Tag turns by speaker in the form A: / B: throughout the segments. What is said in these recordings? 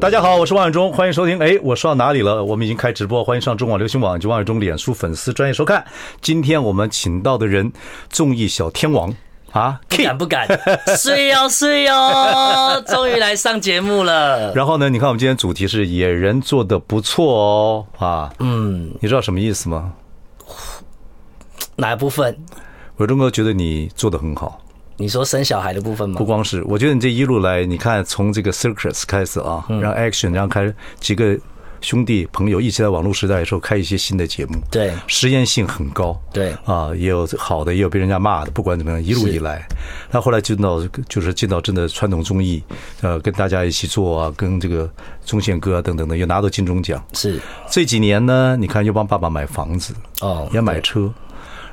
A: 大家好，我是王永忠，欢迎收听。哎，我说到哪里了？我们已经开直播，欢迎上中广流行网及王永忠脸书粉丝专业收看。今天我们请到的人，综艺小天王啊
B: 不
A: ，K。
B: 敢不敢， 睡哟睡哟，终于来上节目了。
A: 然后呢，你看我们今天主题是野人做的不错哦啊，嗯，你知道什么意思吗？
B: 哪部分？
A: 伟忠哥觉得你做的很好，
B: 你说生小孩的部分吗
A: 不？光是我觉得你这一路来，你看从这个 circus 开始啊，
B: 嗯
A: 然后 action，然后开始几个兄弟朋友一起在网络时代的时候开一些新的节目，
B: 对
A: 实验性很高，
B: 对
A: 啊，也有好的，也有被人家骂的，不管怎么样，一路以来，那后来进到就是进到真的传统综艺，呃，跟大家一起做啊，跟这个钟宪哥啊等等的，也拿到金钟奖，
B: 是
A: 这几年呢，你看又帮爸爸买房子，
B: 哦
A: 也买车，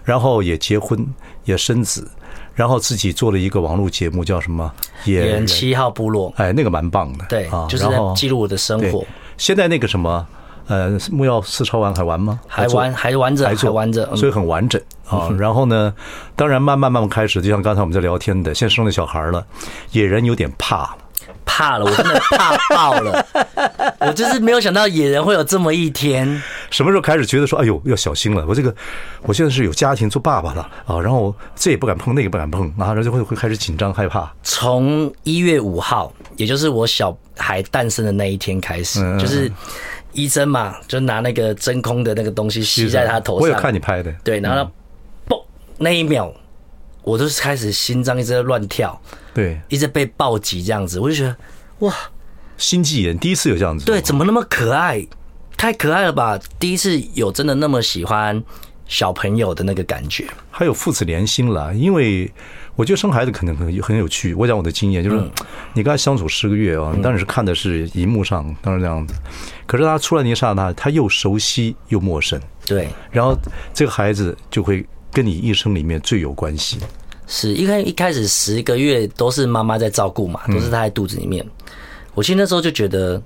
A: 然后也结婚，也生子，然后自己做了一个网络节目，叫什么？野
B: 野人七号部落，
A: 哎，那个蛮棒的，
B: 对，就是
A: 啊然
B: 在
A: 后
B: 记录我的生
A: 对
B: 活，
A: 现在那个什么，呃，木曜四超玩还玩吗？
B: 还
A: 做
B: 玩还玩着
A: 还
B: 还
A: 做
B: 玩着，嗯嗯
A: 所以很完整啊。然后呢，当然慢慢慢慢开始，就像刚才我们在聊天的，现在生了小孩了，野人有点怕了。
B: 怕了，我真的怕 爆了。我就是没有想到野人会有这么一天，
A: 什么时候开始觉得说，哎呦，要小心了？我这个，我现在是有家庭做爸爸了啊，然后这也不敢碰，那个不敢碰，啊然后就会会开始紧张害怕。
B: 从一月五号，也就是我小孩诞生的那一天开始，
A: 嗯
B: 就是医生嘛，就拿那个真空的那个东西吸在他头上。
A: 我有看你拍的，
B: 对，然后他嘣、那一秒，我就是开始心脏一直在乱跳，
A: 对，
B: 一直被暴击这样子，我就觉得哇，
A: 心悸炎第一次有这样子，
B: 对，，怎么那么可爱？太可爱了吧！第一次有真的那么喜欢小朋友的那个感觉。
A: 还有父子连心了，因为我觉得生孩子可能很有很有趣。我讲我的经验，就是
B: 嗯
A: 你跟他相处十个月啊，你当然是看的是荧幕上，当然这样子，可是他出来那一刹那，他又熟悉又陌生，
B: 对，
A: 然后这个孩子就会跟你一生里面最有关系。
B: 是因为一开始十个月都是妈妈在照顾嘛，都是她在肚子里面。我其实那时候就觉得，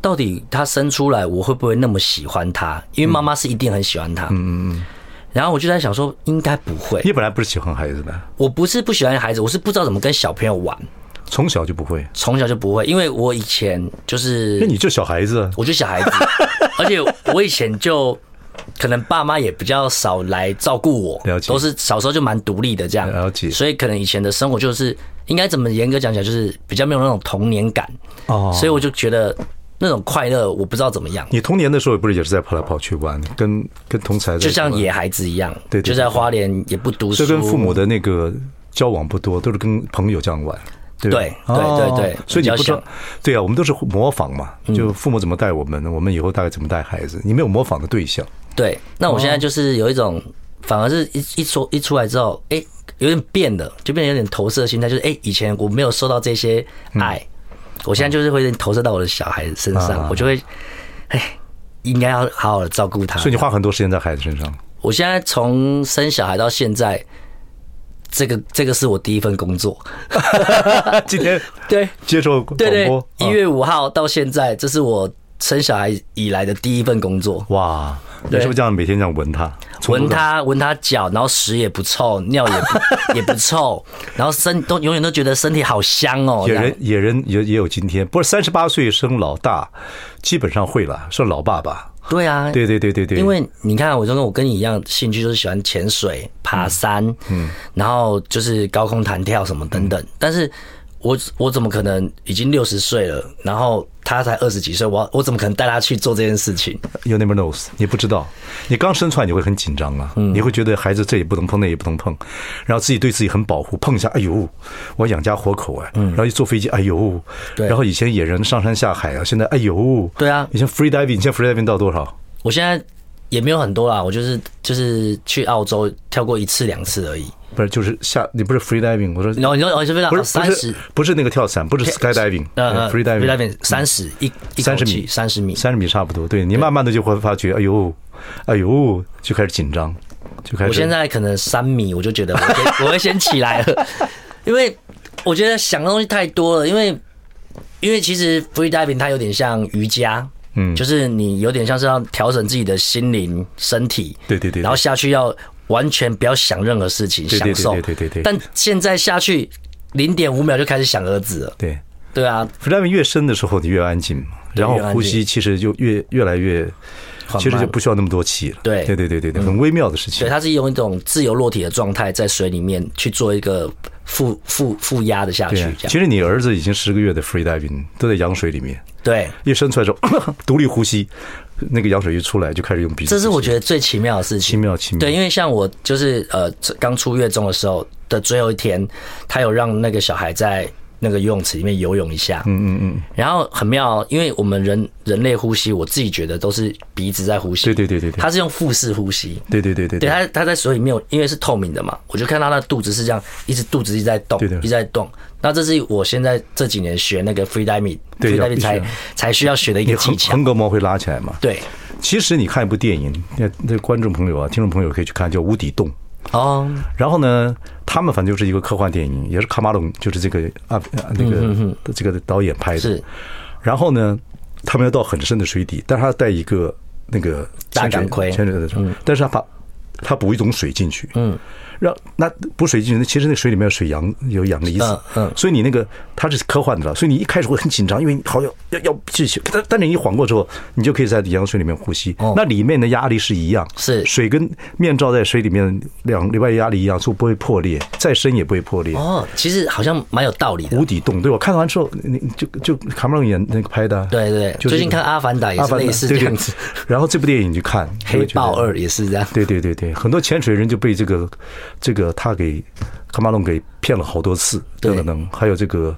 B: 到底她生出来我会不会那么喜欢她？因为妈妈是一定很喜欢她。嗯嗯嗯嗯。然后我就在想说，应该不会。
A: 你本来不是喜欢孩子的，
B: 我不是不喜欢孩子，我是不知道怎么跟小朋友玩，
A: 从小就不会，
B: 从小就不会，因为我以前就是
A: 那你就小孩子啊，
B: 我就小 孩子，而且我以前就可能爸妈也比较少来照顾我，
A: 了解
B: 都是小时候就蛮独立的这样，
A: 了解
B: 所以可能以前的生活就是应该怎么严格讲起来，就是比较没有那种童年感，
A: 哦
B: 所以我就觉得那种快乐我不知道怎么样，
A: 你童年的时候不是也是在跑来跑去玩，跟跟同才在一起
B: 就像
A: 玩
B: 野孩子一样，
A: 对对
B: 就在花莲也不读
A: 这
B: 书，
A: 跟父母的那个交往不多，都是跟朋友这样玩。对吧
B: 对对对对
A: 哦所以你不知
B: 比较
A: 道
B: 像，嗯
A: 对啊，我们都是模仿嘛，就父母怎么带我们，我们以后大概怎么带孩子，你没有模仿的对象，
B: 对，那我现在就是有一种，反而是一一出一出来之后，哎、有点变了，就变得有点投射心态，就是哎、诶以前我没有受到这些爱，我现在就是会有点投射到我的小孩身上，我就会，哎，应该要好好的照顾他
A: 所以。你花很多时间在孩子身上。
B: 我现在从生小孩到现在，这个这个是我第一份工作，
A: 今天
B: 对
A: 接受广
B: 对对
A: 播，，哦
B: 一月五号到现在，这是我生小孩以来的第一份工作。
A: 哇，你是不是这样每天这样闻它？从
B: 闻它闻它脚，然后屎也不臭，尿也不也不臭，然后身都永远都觉得身体好香哦。
A: 野
B: 这样
A: 人野人也也有今天，不是三十八岁生老大，基本上会了，算老爸爸。
B: 对啊，
A: 对对对对对，
B: 因为你看，我就跟我跟你一样，兴趣就是喜欢潜水、爬山，嗯，然后就是高空弹跳什么等
A: 嗯
B: 等。但是我我怎么可能已经六十岁了，然后他才二十几岁，我我怎么可能带他去做这件事情？
A: You never knows，你不知道，你刚生出来你会很紧张啊，
B: 嗯
A: 你会觉得孩子这也不能碰，那也不能碰，然后自己对自己很保护，碰一下，哎呦，我养家活口哎，然后一坐飞机，哎呦，
B: 嗯对
A: 然后以前野人上山下海啊，现在哎呦，
B: 对啊
A: 以前 free diving，你现在 free diving 到多少？
B: 我现在也没有很多啦，我就是就是去澳洲跳过一次两次而已。
A: 不是就是下你不是 free diving，我说
B: 然后你说哦，这边
A: 不是
B: 三
A: 不是
B: 十，
A: 不是那个跳伞，不是 sky diving，
B: 呃
A: free
B: ，free
A: diving，
B: diving 三十一一
A: 嗯
B: 口
A: 三十
B: 气
A: 米，
B: 三十米，
A: 三十米差不多。对你慢慢的就会发觉，哎呦，哎呦，就开始紧张，就开始。
B: 我现在可能三米，我就觉得我会我会先起来了， 因为我觉得想的东西太多了。因为因为其实 free diving 它有点像瑜伽，嗯，就是你有点像是要调整自己的心灵、身体，
A: 对对对对
B: 然后下去要完全不要想任何事情，
A: 对对
B: 享
A: 对
B: 受。
A: 对对对对
B: 但现在下去零点五秒就开始想儿子了，
A: 对
B: 对啊，
A: free diving 越深的时候，你越安静嘛，然后
B: 越安静
A: 呼吸其实就越越来越，
B: 缓慢
A: 其实就不需要那么多气了。
B: 对嗯
A: 对对对对对，很微妙的事情
B: 对，。它是用一种自由落体的状态在水里面去做一个负负负压的下去，
A: 对
B: 这
A: 啊
B: 样，
A: 其实你儿子已经十个月的 free diving 都在羊水里面，
B: 对。
A: 一伸出来之后独立呼吸，那个羊水一出来就开始用鼻子呼吸。
B: 这是我觉得最奇妙的事情。
A: 奇妙奇妙
B: 对，因为像我就是呃刚出月中的时候的最后一天，他有让那个小孩在那个游泳池里面游泳一下。嗯嗯嗯。然后很妙哦，因为我们人人类呼吸，我自己觉得都是鼻子在呼吸。
A: 对对对对对
B: 他是用腹式呼吸。
A: 对对对对
B: 对他，他在水里面，因为是透明的嘛，我就看到他的肚子是这样，一直肚子一直在动，
A: 对对
B: 一直在动。那这是我现在这几年学那个 free diving，free
A: 对要
B: diving 才
A: 必须
B: 才需要学的一
A: 你
B: 个
A: 横
B: 技巧。
A: 横膈膜会拉起来嘛？
B: 对，
A: 其实你看一部电影，那那观众朋友啊，听众朋友可以去看，叫《无底洞》。
B: 哦，
A: 然后呢，他们反正就是一个科幻电影，也是卡马隆，就是这个啊啊那个这个导演拍的
B: 嗯是。
A: 然后呢，他们要到很深的水底，但是他带一个那个
B: 大
A: 潜水
B: 钢盔嗯
A: 潜水的时候，但是他把他补一种水进去，嗯，让那补水进去，其实那水里面有水氧有氧离子，
B: 嗯嗯
A: 所以你那个它是科幻的了，所以你一开始会很紧张，因为你好像要要继续，但但是你一缓过之后，你就可以在羊水里面呼吸，
B: 哦
A: 那里面的压力是一样，
B: 是
A: 水跟面罩在水里面两里外压力一样，就不会破裂，再深也不会破裂。
B: 哦，其实好像蛮有道理的。
A: 无底洞，对我看完之后，你你就就卡梅隆演那个拍的啊，
B: 对对
A: 就是
B: 最近看《阿凡达》也
A: 阿
B: 是
A: 凡达
B: 类似这样子，。
A: 对对然后这部电影你去看，
B: 《
A: 你
B: 黑
A: 会觉得
B: 豹二》也是这样。
A: 对对对对，很多潜水人就被这个这个他给卡马隆给骗了好多次，
B: 对
A: 等等等，还有这个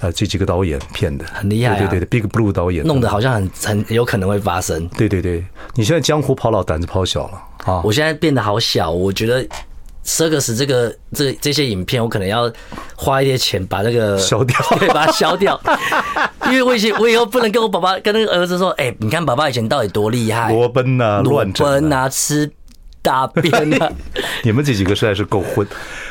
A: 呃这几个导演骗的，很
B: 厉害啊
A: 对对对对，Big Blue 导演
B: 弄得好像很很有可能会发生。
A: 对对对，你现在江湖跑老，胆子跑小了啊！
B: 我现在变得好小，我觉得 circus 这个这这些影片，我可能要花一些钱把那个
A: 消掉
B: 对，把它消 掉。因为我以前我以后不能跟我爸爸跟那个儿子说，哎、你看爸爸以前到底多厉害，
A: 裸奔呐、
B: 裸
A: 乱整
B: 奔啊，吃 大便啊，
A: 你们这几个实在是够混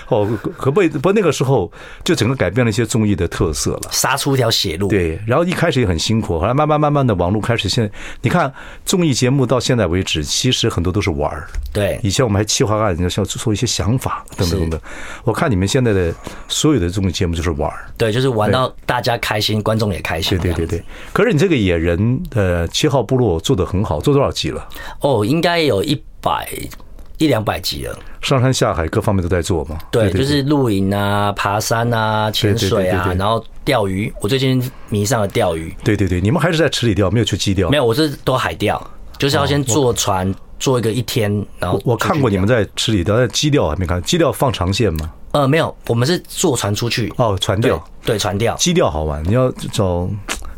A: 哦！可不不，那个时候就整个改变了一些综艺的特色了。
B: 杀出一条血路。
A: 对，然后一开始也很辛苦，后来慢慢慢慢的网络开始，现在你看综艺节目到现在为止，其实很多都是玩儿。
B: 对
A: 以前我们还企划案，像做一些想法等等等等。我看你们现在的所有的综艺节目就是玩儿。
B: 对，就是玩到大家开心，观众也开心
A: 对对
B: 这样子。
A: 对对，可是你这个野人呃七号部落做的很好，做多少集了？
B: 哦，应该有一百一两百集了。
A: 上山下海各方面都在做嘛？
B: 对，就是露营啊、爬山啊、潜水
A: 对对
B: 啊
A: 对对，
B: 然后钓鱼。我最近迷上了钓鱼，
A: 对对对，你们还是在池里钓，没有去基钓。
B: 没有，我是都海钓，就是要先坐船坐一个一天，然后
A: 哦我我看过你们在池里钓，但基钓还没看。基钓放长线吗？
B: 呃没有，我们是坐船出去
A: 哦，船
B: 对
A: 钓。
B: 对船钓，
A: 基钓好玩，你要找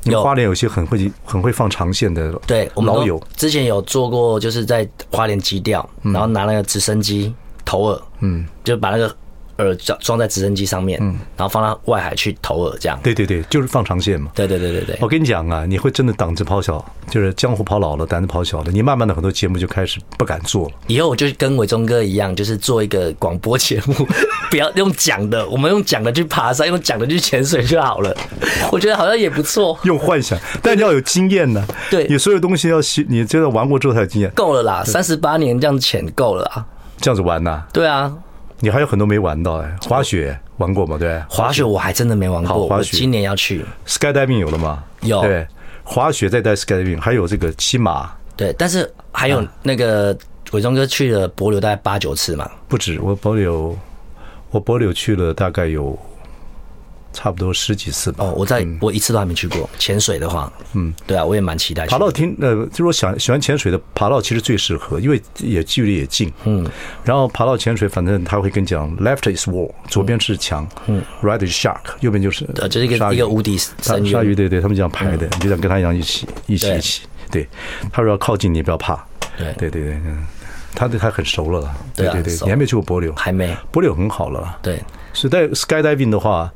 A: 你们
B: 有
A: 花莲有些很会很会放长线的，
B: 对我们
A: 老
B: 都
A: 友嗯
B: 之前有做过，就是在花莲基钓，然后拿那个直升机投饵，嗯，就把那个饵装装在直升机上面，嗯，然后放到外海去投饵这样。
A: 对对对，就是放长线嘛。
B: 对对对对对，
A: 我跟你讲啊，你会真的胆子跑小，就是江湖跑老了，胆子跑小了。你慢慢的很多节目就开始不敢做了。
B: 以后我就跟伟忠哥一样，就是做一个广播节目， 不要用讲的，我们用讲的去爬山，用讲的去潜水就好了。 我觉得好像也不错，
A: 用幻想，但你要有经验呢、
B: 对
A: 你所有东西要学，你真的玩过之后才有经验。
B: 够了啦，三十八年这样潜够了啊。
A: 这样子玩呐、
B: 对啊，
A: 你还有很多没玩到哎。滑雪玩过吗？对
B: 滑雪我还真的没玩
A: 好
B: 过，
A: 滑
B: 我
A: 雪
B: 今年要去。
A: ，skydiving 有了吗？
B: 有
A: 对，滑雪再带 skydiving，还有这个骑马
B: 对，但是还有
A: 啊
B: 那个伟忠哥去了柏流大概八九次嘛，
A: 不止。我柏柳，我柏柳去了大概有差不多十几次吧。
B: 哦，我在、
A: 嗯
B: 我一次都还没去过。潜水的话，嗯，对啊，我也蛮期待去
A: 爬。到听呃，就是我想喜欢潜水的，爬到其实最适合，因为也距离也近。嗯，然后爬到潜水，反正他会跟你讲，left is wall，左边是墙，嗯，right is shark，右边就是
B: 呃，就是一
A: 鲨
B: 个
A: 鱼
B: 一个无敌
A: 鲨
B: 深
A: 鲨
B: 渊
A: 鱼，，对对，他们这样排的，你就想跟他一样一起一起
B: 嗯对
A: 一起。对，他说要靠近你，不要怕。
B: 对
A: 对对对，嗯他对他很熟了啦。
B: 对啊
A: 对对，
B: 熟
A: 你还没去过柏柳，
B: 还没
A: 柏柳很好了啦。
B: 对，
A: 是在 skydiving 的话，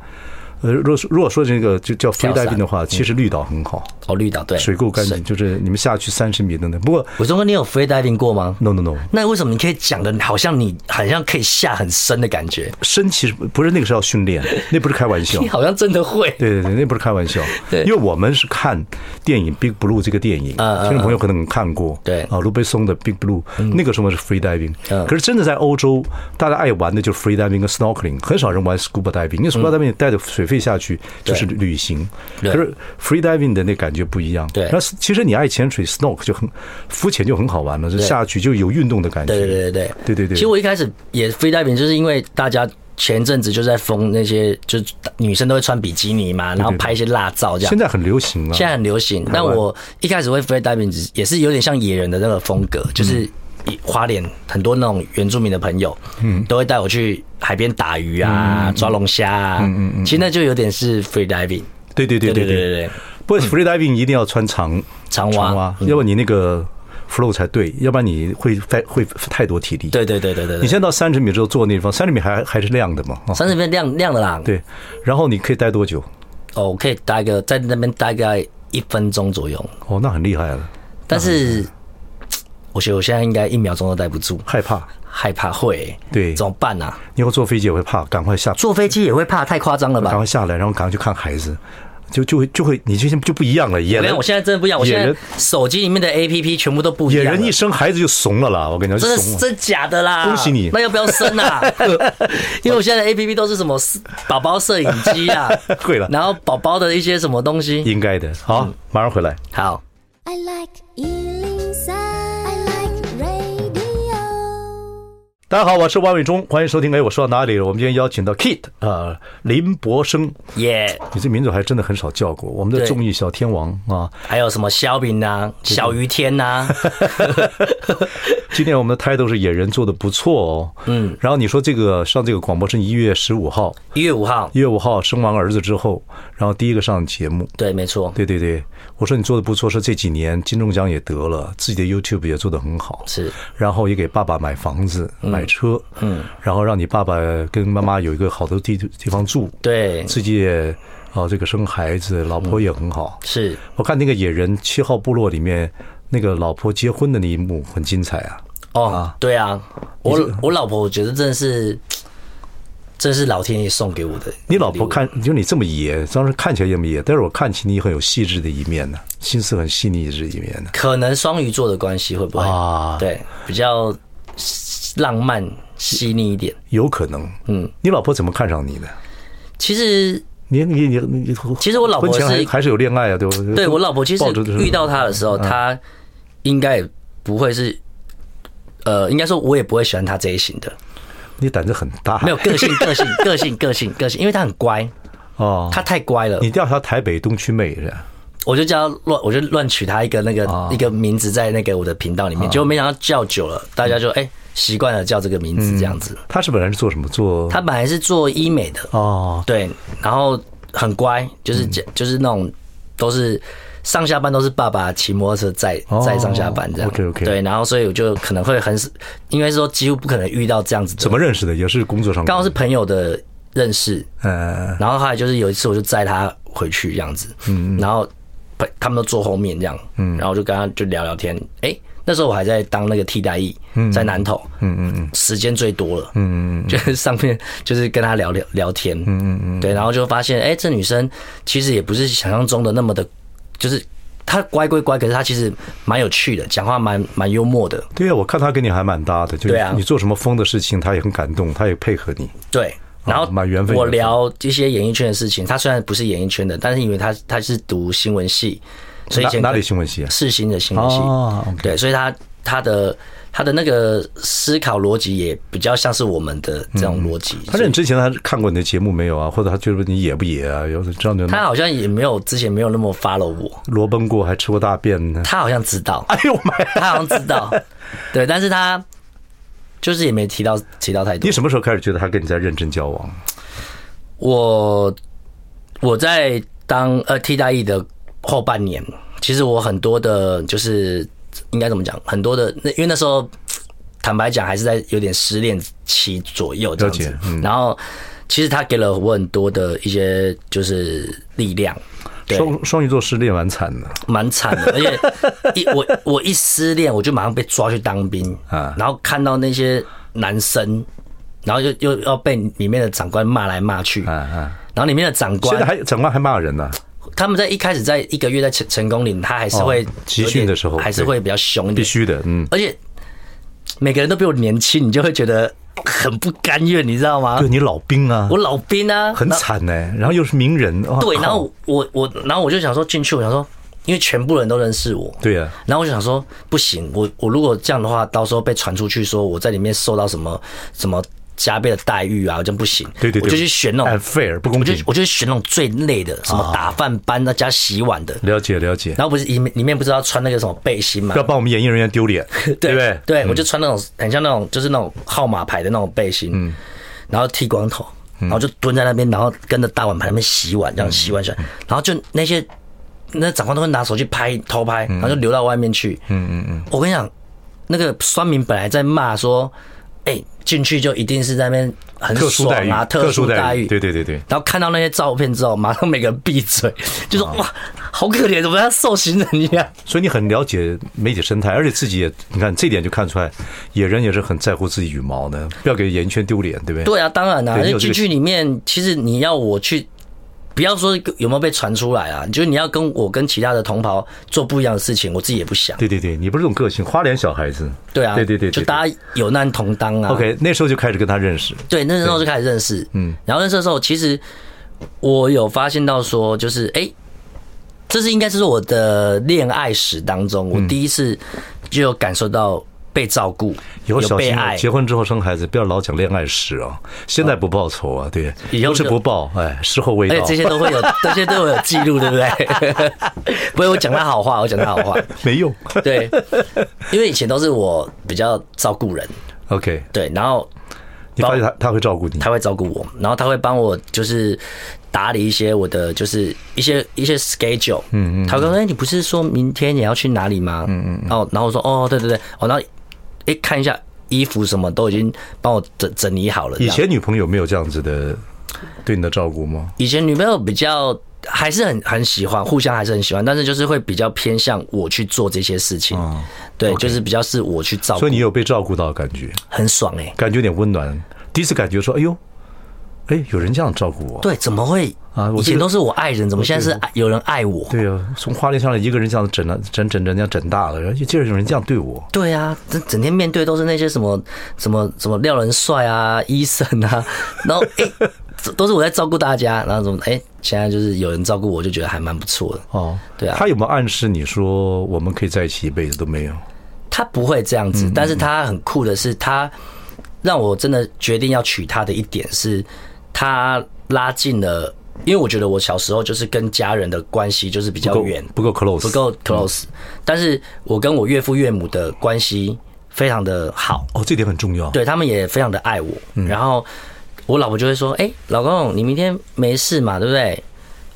A: 呃，如果说如果说这个就叫 free
B: 跳伞
A: diving 的话，其实绿岛很好，
B: 哦，绿岛对，
A: 水够干净，就是你们下去三十米等等。不过
B: 伟忠哥，你有 free diving 过吗？
A: no no no，
B: 那为什么你可以讲的好像你好像可以下很深的感觉？
A: 深其实不是那个是要训练，那不是开玩笑
B: 你。好像真的会。
A: 对对对，那不是开玩笑，
B: 对
A: 因为我们是看电影《Big Blue》这个电影，
B: 嗯嗯
A: 听众朋友可能看过，
B: 对
A: 啊，卢贝松的《Big Blue》，那个时候是 free diving，
B: 嗯
A: 可是真的在欧洲，大家爱玩的就是 free diving 跟 snorkeling，很少人玩 scuba diving，因为 scuba diving 带着水费下去就是旅行，可
B: 嗯对
A: 是 free diving 的那感觉不一样，
B: 对
A: 那其实你爱潜水 snork 就很浮潜就很好玩了，就下去就有运动的感觉，
B: 对对对对
A: 对对对
B: 其实我一开始也 free diving，就是因为大家前阵子就在封那些，就是女生都会穿比基尼嘛，然后拍一些辣照这样
A: 现。在很流行了，
B: 现在很流行。但我一开始会 free diving 只也是有点像野人的那个风
A: 嗯
B: 格，就是以花莲很多那种原住民的朋友，嗯，都会带我去海边打鱼
A: 嗯
B: 啊、抓龙虾啊，嗯嗯嗯，其实那就有点是 free diving。
A: 对对对对
B: 对对对对对，
A: 不过 free diving 一定要穿长
B: 长
A: 长
B: 蛙
A: 蛙，，要不然你那个 flow 才对，要不然你会太会太多体力。，
B: 对对对对对
A: 你
B: 对。
A: 先到三十米之后坐那地方，三十米还还是亮的嘛，啊，
B: 三十分亮亮的啦，
A: 对，然后你可以待多久？
B: 哦，我可以待个在那边大概一分钟左右，
A: 哦，那很厉害了，
B: 但是我觉得我现在应该一秒钟都待不住，
A: 害怕。
B: 害怕会、
A: 对
B: 怎么办啊？
A: 你要坐飞机也会怕，赶快下，
B: 坐飞机也会怕，太夸张了
A: 赶
B: 吧？
A: 快下来，然后赶快去看孩子，就就会就会，你这些就不一样了。野
B: 我跟你
A: 人
B: 讲，我现在真的不一样，我
A: 野
B: 现
A: 人
B: 在手机里面的 A P P 全部都不一
A: 野
B: 样了。
A: 人一生孩子就怂了啦，我跟你讲，
B: 真
A: 就
B: 的
A: 怂
B: 是
A: 了。
B: 真假的啦！
A: 恭喜你
B: 那要不要生 啊？因为我现在的 A P P 都是什么宝宝摄影机啊，
A: 会了
B: 然后宝宝的一些什么东西。
A: 应该的。好，马上回来。
B: 好，
C: I like Ealing Sound. I like radio.
A: 大家好，我是王伟忠，欢迎收听。哎，我说到哪里了？我们今天邀请到 Kit 啊、呃，林博生，
B: 耶！
A: 你这名字还真的很少叫过。我们的
B: 对
A: 综艺小天王啊，
B: 还有什么肖饼啊、小于天 啊呐？
A: 今天我们的 title 是野人做的不错哦。嗯，然后你说这个上这个广播是一月十五号，
B: 一月五号，
A: 一月五号生完儿子之后，然后第一个上节目。
B: 对，没错，
A: 对对对，我说你做的不错，说这几年金钟奖也得了，自己的 YouTube 也做得很好，
B: 是
A: 然后也给爸爸买房子、买车，嗯，然后让你爸爸跟妈妈有一个好的地地方住，
B: 对，
A: 自己也啊这个生孩子，老婆也很好，
B: 是
A: 我看那个野人七号部落里面那个老婆结婚的那一幕很精彩啊，
B: 哦，对啊，我我老婆，我觉得真的是，真是老天爷送给我的。
A: 你老婆看，就你这么野，当时看起来这么野，但是我看起你很有细致的一面
B: 嗯
A: 呢、心思很细腻的一面呢、
B: 可能双鱼座的关系会不会？
A: 啊
B: 对，比较浪漫细腻一点。
A: 有可能。嗯，你老婆怎么看上你的？
B: 其实，
A: 你你你你，
B: 其实我老婆
A: 婚前还
B: 是
A: 还是有恋爱啊，对不对？
B: 对我老婆，其实
A: 抱着就是嗯
B: 遇到她的时候，她应该也不会是，呃，应该说我也不会喜欢她这一型的，
A: 你胆子很大，
B: 没有个性，个性，个性，个性，个性，因为她很乖，
A: 哦。
B: 她太乖了
A: 你，调查台北东区妹是吧？
B: 我就叫她乱，我就乱取她一个那个
A: 啊
B: 一个名字在那个我的频道里面，结果没想到叫久了，大家就
A: 嗯
B: 哎习惯了叫这个名字这样子。
A: 她是本来是做什么？做
B: 她本来是做医美的，
A: 哦，
B: 对，然后很乖，就是、
A: 嗯
B: 就是那种都是上下班都是爸爸骑摩托车载
A: 哦
B: 载上下班这样。
A: OK，OK
B: 对，然后所以我就可能会很，应该是说几乎不可能遇到这样子的。
A: 怎么认识的？也是工作上
B: 刚好是朋友的认识，
A: 呃，
B: 然后后来就是有一次我就载他回去这样子，嗯，然后朋他们都坐后面这样，嗯，然后我就跟他就聊聊天，哎、那时候我还在当那个替代役，在南投，嗯嗯嗯，时间最多了，嗯嗯嗯，就是上面就是跟他聊聊聊天，嗯嗯嗯，对，然后就发现，哎、这女生其实也不是想象中的那么的，就是她乖归乖，可是她其实蛮有趣的，讲话蛮蛮幽默的，
A: 对呀，我看她跟你还蛮搭的，就
B: 对啊
A: 你做什么疯的事情，她也很感动，她也配合你。
B: 对，然后
A: 哦蛮缘分
B: 我
A: 缘分
B: 聊一些演艺圈的事情，他虽然不是演艺圈的，但是因为他他是读新闻系，所以以前
A: 哪哪里新闻系啊
B: 世新的新闻系。
A: 哦，OK
B: 对，所以他他的他的那个思考逻辑也比较像是我们的这种逻辑。
A: 嗯他
B: 所以
A: 认之前他看过你的节目没有啊？或者他觉得你野不野啊？有的这样就
B: 他好像也没有之前没有那么 follow 我，
A: 罗奔过，还吃过大便呢。
B: 他好像知道，
A: 哎呦妈呀！
B: 他好像知道，对，但是他就是也没提到提到太多
A: 你。什么时候开始觉得他跟你在认真交往？
B: 我我在当呃替代役的后半年，其实我很多的，就是应该怎么讲，很多的，那因为那时候。坦白讲还是在有点失恋期左右这样
A: 了
B: 子
A: 解。嗯
B: 然后其实他给了我很多的一些就是力量，对，
A: 双双鱼座失恋蛮惨的，
B: 蛮惨 的，而且一我我一失恋，我就马上被抓去当兵
A: 啊
B: 然后看到那些男生，然后又又要被里面的长官骂来骂去，
A: 啊啊！
B: 然后里面的长
A: 现在
B: 官
A: 还长官还骂人呢，
B: 他们在一开始在一个月在成成功岭，他还是会
A: 哦集
B: 有
A: 训
B: 点
A: 的时候
B: 还是
A: 对
B: 会比较凶一
A: 必
B: 点，
A: 须的，嗯。
B: 而且每个人都比我年轻，你就会觉得很不甘愿，你知道吗
A: 对？你老兵啊，
B: 我老兵啊，
A: 很
B: 然后
A: 惨呢、然后又是名人，哇
B: 对，
A: 靠
B: 然后我我然后我就想说进去，我想说，因为全部人都认识我，
A: 对呀、
B: 然后我就想说，不行，我我如果这样的话，到时候被传出去说我在里面受到什么什么加倍的待遇啊，我真不行。
A: 对对对，
B: 我就去选那种，
A: unfair 不公
B: 我就
A: 平，
B: 我就去选那种最累的，什
A: 啊
B: 么打饭班那加洗碗的。
A: 了解了解，
B: 然后不是里面里面不是要穿那个什么背心嘛
A: 不要？帮我们演艺人员丢脸，对不对？
B: 对，我嗯就穿那种很像那种就是那种号码牌的那种背心，然后剃光头，然后就蹲在那边，然后跟着大碗盘那边洗碗，这样洗碗洗碗，然后就那些那长官都会拿手去拍偷拍，然后就流到外面去。嗯嗯嗯，我跟你讲，那个酸民本来在骂说，哎，进去就一定是在那边很
A: 特殊
B: 爽
A: 待遇
B: 啊，，特殊待遇，
A: 对对对对，
B: 然后看到那些照片之后，马上每个人闭嘴，就说哇，好可怜，怎么像受刑人一样？
A: 所以你很了解媒体生态，而且自己也，你看这点就看出来，野人也是很在乎自己羽毛的，不要给演艺圈丢脸，对不对？
B: 对啊，当然啦、
A: 对
B: 而
A: 你有
B: 且
A: 这个
B: 进去里面，其实你要我去，不要说有没有被传出来啊，就是你要跟我跟其他的同袍做不一样的事情，我自己也不想。
A: 对对对，你不是这种个性，花脸小孩子，
B: 对啊，
A: 对对对，
B: 就大
A: 家
B: 家有难同当啊。
A: OK，那时候就开始跟他认识，
B: 对，那时候就开始认识，嗯，然后认识的时候，其实我有发现到说，就是哎、诶这是应该是我的恋爱史当中，
A: 嗯
B: 我第一次就有感受到被照顾，
A: 以
B: 有
A: 后小
B: 被
A: 心哦
B: 爱，
A: 结婚之后生孩子，不要老讲恋爱史啊！现在不报仇啊，对，
B: 以后
A: 都是
B: 就
A: 不报，哎，时候未
B: 而且
A: 到。
B: 这些都 会有，这些都会有记录，对不 对？不会，我讲他好话，我讲他好话。
A: 没用。
B: 对，因为以前都是我比较照顾人，
A: OK，
B: 对，然后
A: 你发现他他会照顾你，
B: 他会照顾我，然后他会帮我就是打理一些我的就是一些一些 schedule，嗯嗯，他会说，哎、你不是说明天也要去哪里吗？嗯嗯，哦，然后我说，哦，对对对，哦，然后哎、看一下衣服什么都已经帮我整整理好了，这
A: 以
B: 样
A: 前女朋友没有这样子的对你的照顾吗？
B: 以前女朋友比较还是很很喜欢，互相还是很喜欢，但是就是会比较偏向我去做这些事情，对，就是比较是我去照顾，
A: 哦所以你啊有被照顾到的感觉，
B: 很爽哎、
A: 感觉有点温暖。第一次感觉说，哎呦，哎，有人这样照顾我。
B: 对，怎么会
A: 啊我
B: 以前
A: 这个
B: 都是我爱人，怎么现在是爱有人爱我？
A: 对啊，从花莲上来一个人这样整了，整整整这样整大了，然后竟然有人这样对我，
B: 对啊，整整天面对都是那些什么什么什么廖仁帅啊、医生啊， 然后哎、都是我在照顾大家，然后怎么哎、现在就是有人照顾我，就觉得还蛮不错的。
A: 哦，
B: 对啊
A: 他有没有暗示你说我们可以在一起一辈子都没有？
B: 他不会这样子，但是他很酷的是，他让我真的决定要娶她的一点是，他拉近了，因为我觉得我小时候就是跟家人的关系就是比
A: 不
B: 较
A: 够
B: 远，
A: 不够 close，
B: 不够 close，、但是我跟我岳父岳母的关系非常的好，
A: 哦，这点很重要。
B: 对他们也非常的爱我。然后我老婆就会说：“哎、老公，你明天没事嘛，对不对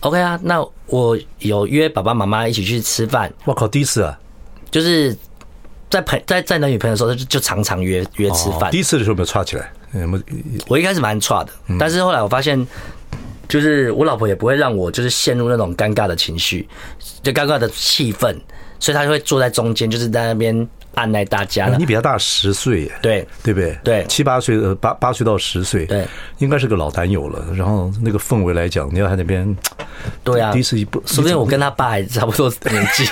B: ？”OK 啊，那我有约爸爸妈妈一起去吃饭，
A: 我靠，第一次啊，
B: 就是在朋在在男女朋友的时候就就常常约约吃
A: 哦
B: 饭。
A: 第一次的时候有没有岔起来？有没有
B: 我一开始蛮差的，
A: 嗯
B: 但是后来我发现，就是我老婆也不会让我就是陷入那种尴尬的情绪，就尴尬的气氛，所以她就会坐在中间，就是在那边按耐大家
A: 啊
B: 了
A: 你。比他大十岁耶，
B: 对
A: 对不对？
B: 对
A: 七八岁呃八八岁到十岁，
B: 对，
A: 应该是个老男友了。然后那个氛围来讲，你要在那边，
B: 对啊，
A: 第一次一不，
B: 说不定我跟他爸还差不多年纪，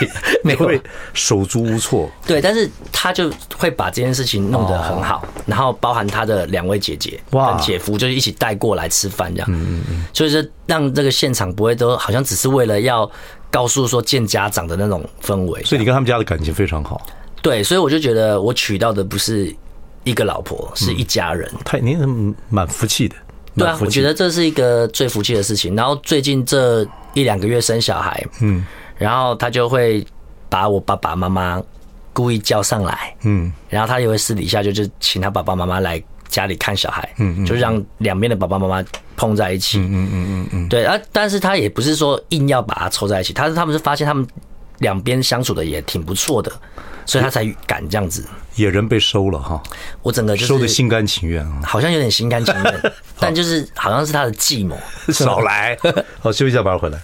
A: 你
B: 没有
A: 会手足无措，
B: 对，但是他就会把这件事情弄得很好，然后包含他的两位姐姐
A: 哇
B: 跟姐夫，就是一起带过来吃饭这样，嗯嗯嗯，所以说让这个现场不会都好像只是为了要告诉说见家长的那种氛围，
A: 所以你跟他们家的感情非常好。
B: 对，所以我就觉得我娶到的不是一个老婆，
A: 嗯
B: 是一家人，
A: 太，你很蛮服气的，
B: 对
A: 蛮
B: 啊，
A: 服
B: 我
A: 气
B: 觉得这是一个最服气的事情。然后最近这一两个月生小孩，嗯，然后他就会把我爸爸妈妈故意叫上来，嗯，然后他也会私底下就就请他爸爸妈妈来家里看小孩，嗯，就让两边的爸爸妈妈碰在嗯一起，嗯嗯嗯嗯，对啊，但是他也不是说硬要把他凑在一起，他是他们是发现他们两边相处的也挺不错的，所以他才敢这样子。
A: 野人被收了哈，
B: 我整个就
A: 收的
B: 是
A: 心甘情愿 啊，
B: 好像有点心甘情 愿，但就是好像是他的计谋。
A: 少来。好，休息一下，马上回来。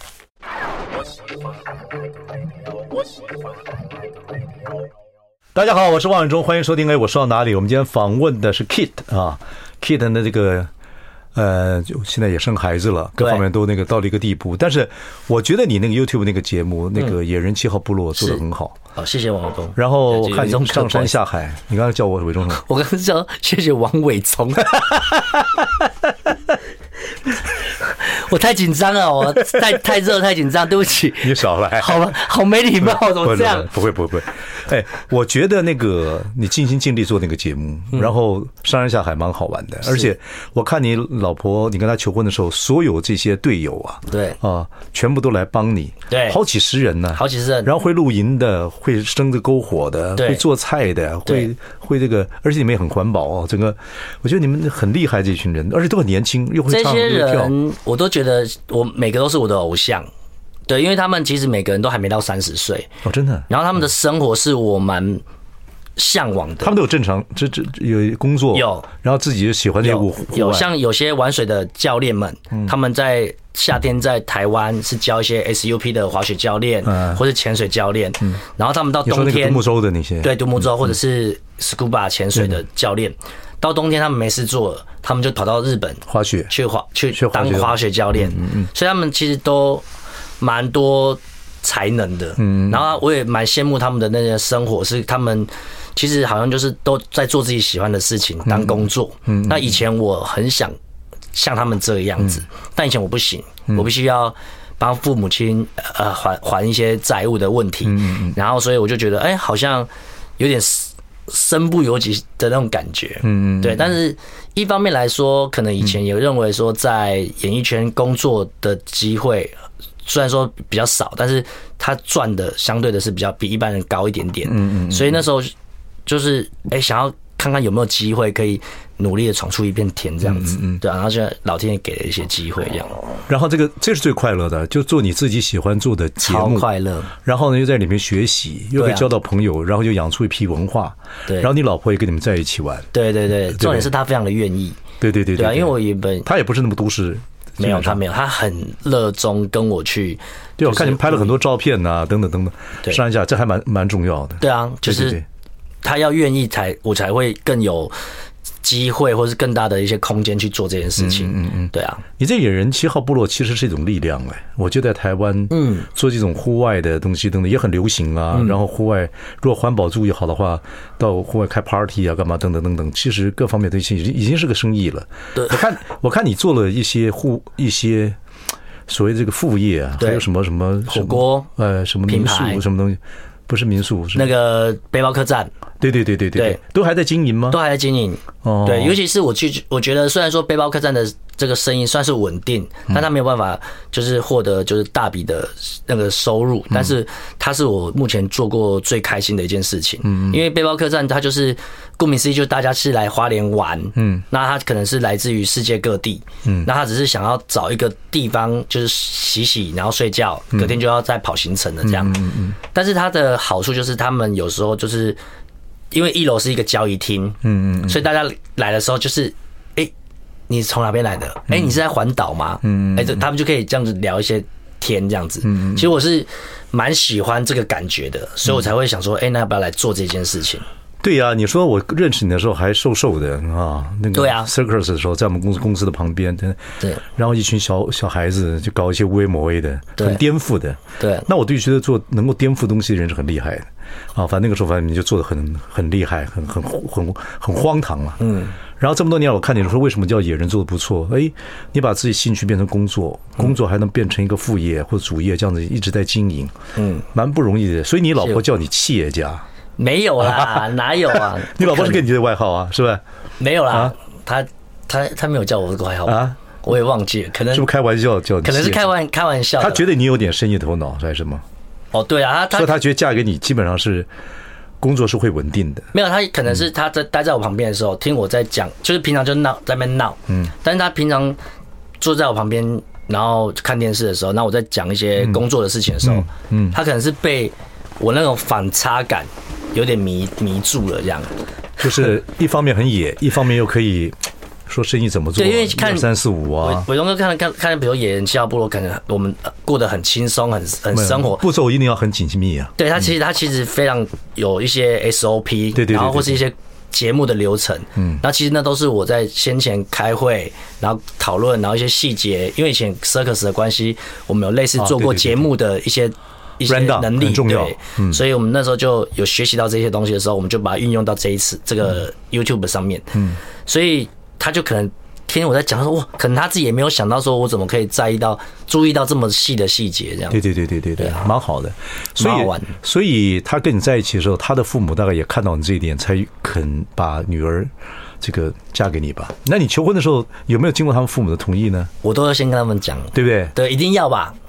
A: 大家好，我是王永忠，欢迎收听。哎，我说到哪里？我们今天访问的是 Kit 啊，Kit 的这个呃，就现在也生孩子了，各
B: 对
A: 方面都那个到了一个地步。但是我觉得你那个 YouTube 那个节目，那个野人七号部落做的
B: 嗯是
A: 很好。
B: 哦，谢谢王伟忠。
A: 然后我
B: 有
A: 看
B: 一
A: 你
B: 种
A: 上
B: 客观
A: 山下海，你刚才叫我伪装什么？
B: 我刚刚说谢谢王伟聪， 我太紧张了，我太太热太紧张，对不起，
A: 你少来，
B: 好吧，好没礼貌，怎
A: 不
B: 么这样？
A: 不会不会不会。哎，我觉得那个你尽心尽力做那个节目，
B: 嗯
A: 然后上山下海蛮好玩的，而且我看你老婆，你跟她求婚的时候，所有这些队友啊，
B: 对
A: 啊，全部都来帮你，
B: 对
A: 好几十人呢、
B: 好几十人
A: 然后会露营的，会生这篝火的，
B: 对
A: 会做菜的，
B: 对
A: 会会这个，而且你们也很环保哦，整个我觉得你们很厉害这群人，而且都很年轻，又会
B: 这
A: 唱
B: 些
A: 又会跳。
B: 人我都觉得我每个都是我的偶像，对，因为他们其实每个人都还没到三十岁，
A: 哦，真的，
B: 然后他们的生活是我蛮向往的
A: 他。们都有正常，这这有工作，
B: 有，
A: 然后自己就喜欢这户
B: 有
A: 户
B: 有
A: 外嗯
B: 像有些玩水的教练们，他们在夏天在台湾是教一些 SUP 的滑雪教练、
A: 嗯
B: 或者潜水教练，然后他们到
A: 你说
B: 冬
A: 那个
B: 天
A: 独木舟的嗯那些，
B: 对独木舟或者是 scuba 潜水的教练，到冬天他们没事做了，他们就跑到日本
A: 滑雪，
B: 去滑去
A: 去滑
B: 当
A: 雪
B: 滑雪教练，所以他们其实都蛮多才能的。然后我也蛮羡慕他们的那些生活，是他们其实好像就是都在做自己喜欢的事情当工作。那以前我很想像他们这个样子，但以前我不行，我必须要。帮父母亲呃还还一些债务的问题，然后所以我就觉得哎、好像有点身不由己的那种感觉，嗯嗯，对。但是一方面来说，可能以前也认为说，在演艺圈工作的机会虽然说比较少，但是他赚的相对的是比较比一般人高一点点，嗯嗯。所以那时候就是哎、想要看看有没有机会可以努力的闯出一片天这样子，嗯哦对啊。然后现在老天爷给了一些机会，这样
A: 然后这个这是最快乐的，就做你自己喜欢做的节
B: 超
A: 目，
B: 快乐，
A: 然后呢又在里面学习，又可以
B: 对啊
A: 交到朋友，然后又养出一批文化，
B: 对
A: 然后你老婆也跟你们在一起玩，
B: 对对对。重点是他非常的愿意，
A: 对对对
B: 对啊，因为我原本
A: 她也不是那么都市，
B: 没有
A: 基本上
B: 他没有，他很热衷跟我去。
A: 对，我
B: 就是嗯
A: 看你们拍了很多照片呐，等等等等，
B: 对
A: 上一下这还蛮蛮重要的，
B: 对啊，就
A: 对对
B: 是
A: 对
B: 他要愿意才我才会更有机会，或是更大的一些空间去做这件事情。嗯嗯对啊，
A: 你这野人七号部落其实是一种力量哎，我觉得在台湾，嗯，做这种户外的东西等等也很流行啊。
B: 嗯
A: 然后户外如果环保注意好的话，到户外开 party 啊，干嘛等等等等，其实各方面都已经已经是个生意了。
B: 对
A: 我看我看你做了一些户一些所谓这个副业啊，
B: 对
A: 还有什么什么
B: 火锅
A: 什么呃，什么民
B: 品
A: 宿
B: 牌
A: 什么东西，不是民宿是
B: 那个背包客栈
A: 对对对对对
B: 对，
A: 都还在经营吗
B: 都？还在经营。
A: 哦
B: 对，尤其是我去，我觉得虽然说背包客栈的这个生意算是稳定，但他没有办法就是获得就是大笔的那个收入，但是它是我目前做过最开心的一件事情。嗯，因为背包客栈它就是顾名思义，就是大家是来花莲玩，嗯，那他可能是来自于世界各地，嗯，那他只是想要找一个地方就是洗洗，然后睡觉，隔天就要再跑行程了这样。嗯嗯，但是它的好处就是他们有时候就是。因为一楼是一个交易厅，嗯嗯，所以大家来的时候就是，哎、你从哪边来的？哎、你是在环岛吗？嗯，哎、这他们就可以这样子聊一些天，这样子。嗯其实我是蛮喜欢这个感觉的，所以我才会想说，哎、那要不要来做这件事情？
A: 对呀、你说我认识你的时候还瘦瘦的啊，那个
B: 对啊
A: circus 的时候，在我们公司公司的旁边，真的
B: 对
A: 然后一群小小孩子就搞一些微 A 魔 A 的，
B: 对
A: 很颠覆的。
B: 对
A: 那我对觉得做能够颠覆东西的人是很厉害的啊，反正那个时候反正你就做的很很厉害，很很很很荒唐了。嗯。然后这么多年，我看你说为什么叫野人做的不错？哎，你把自己兴趣变成工作，工作还能变成一个副业或主业，这样子一直在经营，嗯，蛮不容易的。所以你老婆叫你企业家，
B: 没有啦，哪有 啊？
A: 你老婆是给
B: 不可嗯
A: 你的外号啊，是吧？
B: 能没有啦，他他他没有叫我这个外号
A: 啊
B: 啊，我也忘记了，可能
A: 是不是开玩笑叫你？
B: 可能是开。玩开玩笑的。
A: 他觉得你有点生意头脑还是什么？
B: 哦，对啊，他
A: 所以
B: 他
A: 他觉得嫁给你基本上是工作是会稳 定的。
B: 没有，他可能是他在待在我旁边的时候，听我在讲，就是平常就闹在那边闹，嗯，但是他平常坐在我旁边然后看电视的时候，那我在讲一些工作的事情的时候，嗯，他可能是被我那种反差感有点迷迷住了这样。
A: 就是一方面很野，一方面又可以说生意怎么做，
B: 对因为看
A: 一二三四五
B: 伟
A: 啊，
B: 伟东哥看看看，比如野人七号部落，可能我们呃过得很轻松，很很生活。
A: 步骤一定要很紧密啊。
B: 对他其实他其实非常有一些 SOP，
A: 对对对
B: 然后
A: 对
B: 或是一些节目的流程，嗯，那其实那都是我在先前开会，然后讨论，然后一些细节，因为以前 circus 的关系，我们有类似
A: 啊
B: 做
A: 对
B: 过
A: 对对
B: 节目的一些。一些
A: Rundown，
B: 能力
A: 很重要嗯
B: 对所以我们那时候就有学习到这些东西的时候，我们就把它运用到这一次这个 YouTube 上面。嗯，所以他就可能听我在讲说，哇，可能他自己也没有想到说我怎么可以在意到、注意到这么细的细节这样。
A: 对对对对对对，
B: 啊
A: 蛮好的。所
B: 蛮好
A: 以
B: 玩，
A: 所以他跟你在一起的时候，他的父母大概也看到你这一点，才肯把女儿这个嫁给你吧？那你求婚的时候有没有经过他们父母的同意呢？
B: 我都要先跟他们讲，
A: 对不对？
B: 对，一定要吧，
A: 嗯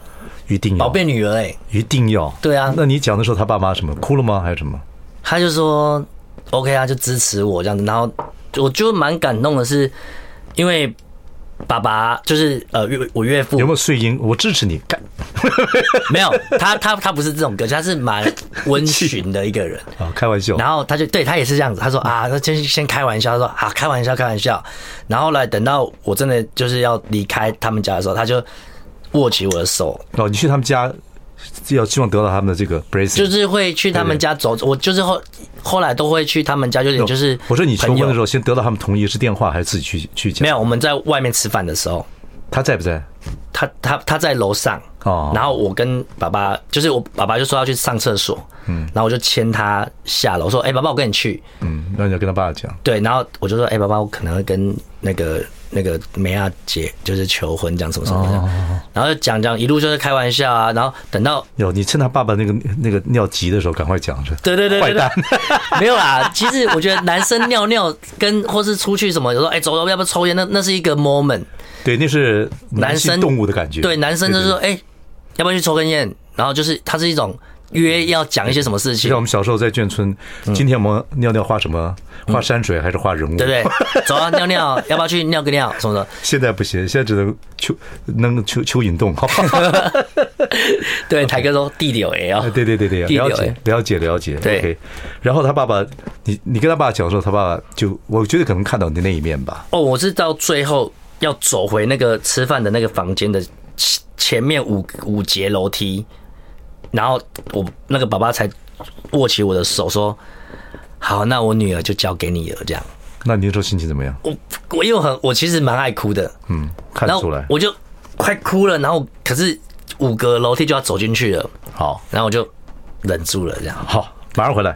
A: 一定
B: 宝
A: 要，
B: 贝女儿哎、
A: 一定要。
B: 对啊
A: 那你讲的时候，他爸妈什么哭了吗？还是什么？
B: 他就说 OK 啊，就支持我这样子。然后我就蛮感动的是，因为爸爸就是呃岳我岳父
A: 有没有碎音？我支持你，干
B: 没有他他他不是这种歌，他是蛮温驯的一 个人。
A: 啊！开玩笑。
B: 然后他就对他也是这样子，他说啊，那先先开玩笑，他说啊，开玩笑，开玩笑。然后来等到我真的就是要离开他们家的时候，他就握起我的手，
A: 哦，你去他们家，要希望得到他们的这个 blessing。
B: 就是会去他们家走。我就是后后来都会去他们家，有点就是
A: 我说你求
B: 朋
A: 婚
B: 友
A: 的时候，先得到他们同意，是电话还是自己去去讲？
B: 没有，我们在外面吃饭的时候，
A: 他在不在？
B: 他他他在楼上，
A: 哦
B: 然后我跟爸爸，就是我爸爸就说要去上厕所，嗯，然后我就牵他下楼，说，哎、爸爸，我跟你去，
A: 嗯，那你要跟他爸讲。
B: 对，然后我就说，哎、爸爸，我可能会跟那个那个梅亚姐就是求婚，讲什么什么的，
A: 哦
B: 然后就讲讲一路就是开玩笑啊，然后等到。
A: 有，你趁他爸爸那个那个尿急的时候，赶快讲着。
B: 对对对对
A: 坏蛋
B: 对， 没有啦。其实我觉得男生尿尿跟或是出去什么，有时候哎、走走，要不要抽烟？那那是一个 moment。
A: 对，那是
B: 男
A: 性
B: 生
A: 动物的感觉。
B: 对，男生就是说，哎、要不要去抽根烟？然后就是它是一种约要讲一些什么事
A: 就
B: 情
A: 像我，们小时候在眷村，今天我们尿尿画什么？画山水还是画人物？
B: 对不对？ 走啊，尿尿，要不要去尿个尿什么的？
A: 现在不行，现在只能蚯能蚯蚯蚓洞。好不好
B: 对，台哥说地流 A 啊，
A: 呃对对对对，
B: 地
A: 了
B: 流
A: 解
B: A，
A: 了解了解。
B: 对
A: OK 然后他爸爸，你你跟他爸讲的时候，他爸爸就我觉得可能看到你的那一面吧。
B: 哦，我是到最后要走回那个吃饭的那个房间的前前面五五节楼梯，然后我那个爸爸才握起我的手说：“好，那我女儿就交给你了。”这样，
A: 那你那时候心情怎么样？
B: 我我因为我很我其实蛮爱哭的，
A: 嗯，看
B: 然
A: 得
B: 后
A: 出来。
B: 我就快哭了，然后可是五个楼梯就要走进去了，
A: 好，
B: 然后我就忍住了，这样。
A: 好，马上回来。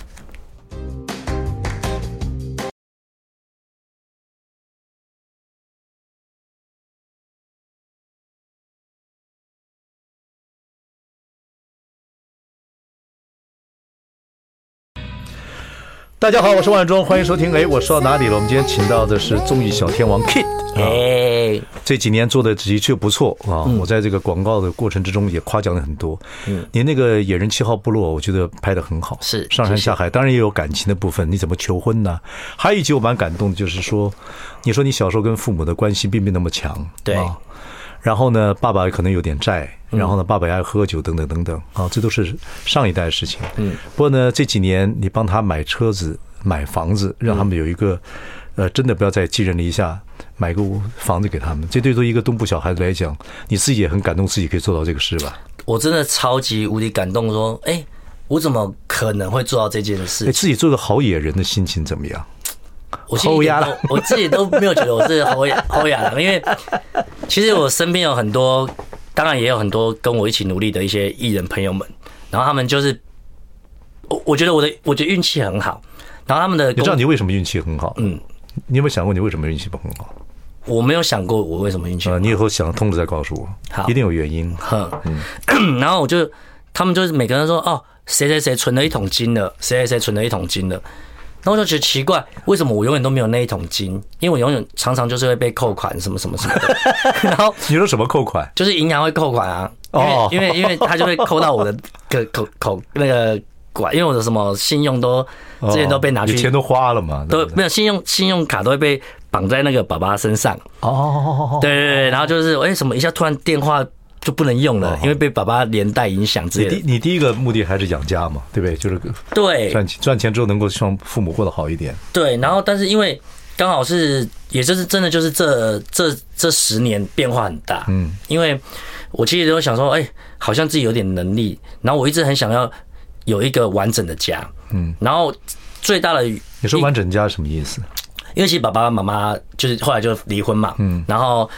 A: 大家好，我是万忠，欢迎收听。哎，我说到哪里了？我们今天请到的是综艺小天王 Kid
B: 哎、
A: 啊，这几年做的的确不错啊。
B: 嗯
A: 我在这个广告的过程之中也夸奖了很多。嗯，你那个野人七号部落，我觉得拍的很好，
B: 是
A: 上山下海，当然也有感情的部分。你怎么求婚呢？还有一集我蛮感动的，就是说，你说你小时候跟父母的关系并没那么强，
B: 对嗯
A: 啊然后呢，爸爸可能有点债，然后呢，爸爸也爱喝酒，等等等等啊，这都是上一代的事情。嗯，不过呢，这几年你帮他买车子、买房子，让他们有一个，
B: 嗯
A: 呃，真的不要再寄人篱下，买个屋房子给他们，这对于一个东部小孩子来讲，你自己也很感动，自己可以做到这个事吧？
B: 我真的超级无敌感动，说，哎、我怎么可能会做到这件
A: 哎，
B: 事？
A: 自己做个好野人的心情怎么样？
B: 我心里
A: 后压
B: 都
A: 了，
B: 我自己都没有觉得我是 侯亚侯亚郎，因为其实我身边有很多，当然也有很多跟我一起努力的一些艺人朋友们，然后他们就是，我我觉得我的我觉得运气很好，然后他们的
A: 你知道
B: 工
A: 你为什么运气很好？嗯，你有没有想过你为什么运气不很好？
B: 我没有想过我为什么运气
A: 啊，
B: 很好
A: 你以后想通了再告诉
B: 好
A: 我，一定有原因。
B: 哼，然后我就他们就是每个人说哦，谁谁谁存了一桶金了，谁谁谁存了一桶金了。然后我就觉得奇怪，为什么我永远都没有那一桶金？因为我永远常常就是会被扣款什么什么什么的， 然后
A: 你说什么扣款？
B: 就是银行会扣款啊，因为
A: 哦
B: 因为因为他就会扣到我的口口口那个管，因为我的什么信用都之前都被拿
A: 哦
B: 去
A: 你钱都花了嘛？对
B: 都
A: 不对
B: 没有信用信用卡都会被绑在那个爸爸身上。
A: 哦，
B: 对对对，然后就是哎、什么一下突然电话就不能用了，因为被爸爸连带影响之
A: 你
B: 类
A: 第
B: 的。
A: 你第一个目的还是养家嘛，对不对？就是
B: 对
A: 赚钱赚钱之后能够让父母过得好一点。
B: 对，然后但是因为刚好是，也就是真的就是这这这十年变化很大，嗯，因为我其实都想说，哎、好像自己有点能力，然后我一直很想要有一个完整的家，嗯，然后最大的
A: 你说完整家是什么意思？
B: 因为其实爸爸妈妈就是后来就离婚嘛，嗯，然后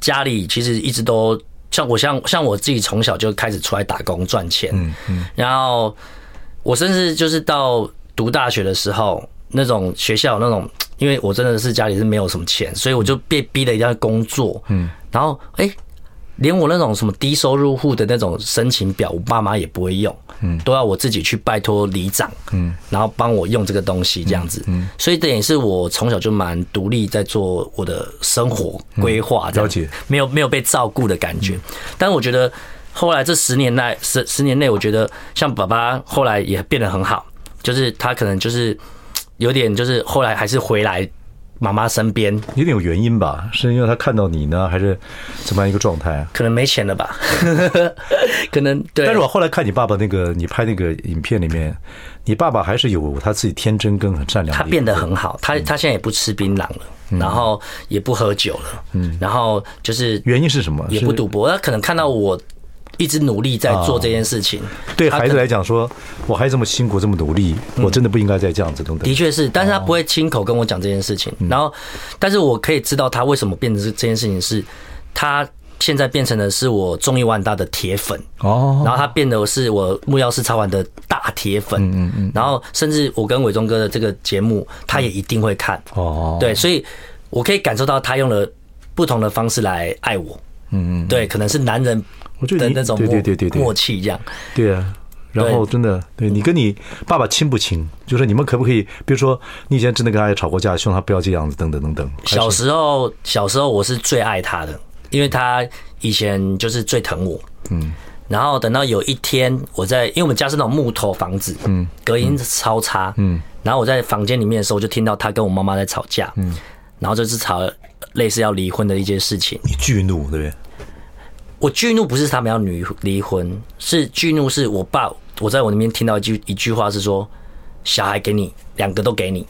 B: 家里其实一直都像我像像我自己从小就开始出来打工赚钱，嗯嗯，然后我甚至就是到读大学的时候，那种学校那种，因为我真的是家里是没有什么钱，所以我就被逼的一定要工作，嗯，然后哎、诶连我那种什么低收入户的那种申请表，我爸妈也不会用，嗯，都要我自己去拜托里长，嗯，然后帮我用这个东西这样子，嗯，所以等于是我从小就蛮独立，在做我的生活规划，这样子
A: 了解
B: 没有没有被照顾的感觉。但我觉得后来这十年内十十年内，我觉得像爸爸后来也变得很好，就是他可能就是有点就是后来还是回来妈妈身边，
A: 一定有原因吧？是因为他看到你呢，还是怎么样一个状态啊？
B: 可能没钱了吧， 可能对。
A: 但是我后来看你爸爸那个，你拍那个影片里面，你爸爸还是有他自己天真跟很善良的一
B: 他
A: 面。
B: 变得很
A: 嗯
B: 好，他他现在也不吃槟榔了，然后也不喝酒了，然后就是
A: 嗯原因是什么？
B: 也不赌博。他可能看到我一直努力在做这件事情，
A: 是啊对
B: 他
A: 孩子
B: 可
A: 来讲说，我还这么辛苦这么努力，我真的不应该再这样子等等
B: 的。确是，但是
A: 哦
B: 他不会亲口跟我讲这件事情。
A: 嗯
B: 然后，但是我可以知道他为什么变成这这件事情是，他现在变成的是我综艺万达的铁粉。
A: 哦，
B: 然后他变得是我木曜四超玩的大铁粉，嗯嗯，然后甚至我跟伟忠哥的这个节目，他也一定会看，
A: 哦，
B: 对，所以我可以感受到他用了不同的方式来爱我。嗯嗯，对，可能是男人
A: 我觉得
B: 的
A: 你
B: 那种
A: 对
B: 默
A: 对对对对
B: 默契这样。
A: 对啊。然后真的，对你跟你爸爸亲不亲？就是你们可不可以，比如说你以前真的跟他也吵过架，希望他不要这样子，等等等等。还是
B: 小时候，小时候我是最爱他的，因为他以前就是最疼我。嗯。然后等到有一天，我在因为我们家是那种木头房子，嗯，隔音超差，嗯。然后我在房间里面的时候，我就听到他跟我妈妈在吵架，嗯。然后就是吵类似要离婚的一件事情。
A: 你巨怒，对不对？
B: 我剧怒不是他们要离离婚，是剧怒是我爸，我在我那边听到一句一句话是说，小孩给你两个都给你，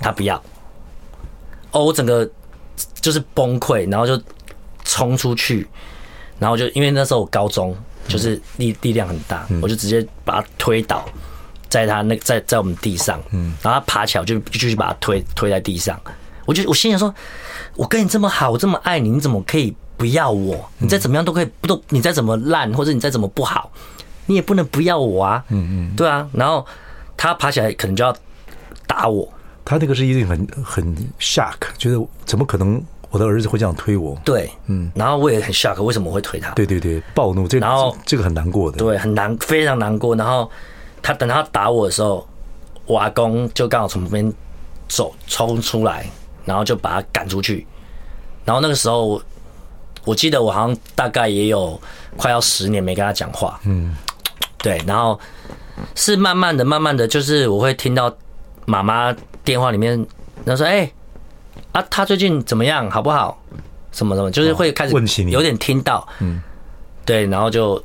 B: 他不要。哦，我整个就是崩溃，然后就冲出去，然后就因为那时候我高中就是力力量很大，我就直接把他推倒，在他那在在我们地上，嗯，然后他爬起来我就就就去把他推推在地上，我就我心想说，我跟你这么好，我这么爱你，你怎么可以不要我？你再怎么样都可以，不都你再怎么烂，或者你再怎么不好，你也不能不要我啊，嗯嗯，对啊，然后他爬起来可能就要打我，
A: 他那个是一定很很 shock，觉得怎么可能我的儿子会这样推我？
B: 对，嗯，然后我也很 shock，为什么我会推他？
A: 对对对，暴怒，这
B: 然后
A: 这这个很难过的。
B: 对，很难，非常难过。然后他等他打我的时候，我阿公就刚好从旁边走冲出来，然后就把他赶出去。然后那个时候我，我记得我好像大概也有快要十年没跟他讲话。嗯，对。然后是慢慢的、慢慢的，就是我会听到妈妈电话里面，她说：“哎、啊，他最近怎么样？好不好？什么什么，就是会开始
A: 问起你
B: 有点听到。嗯，对，然后就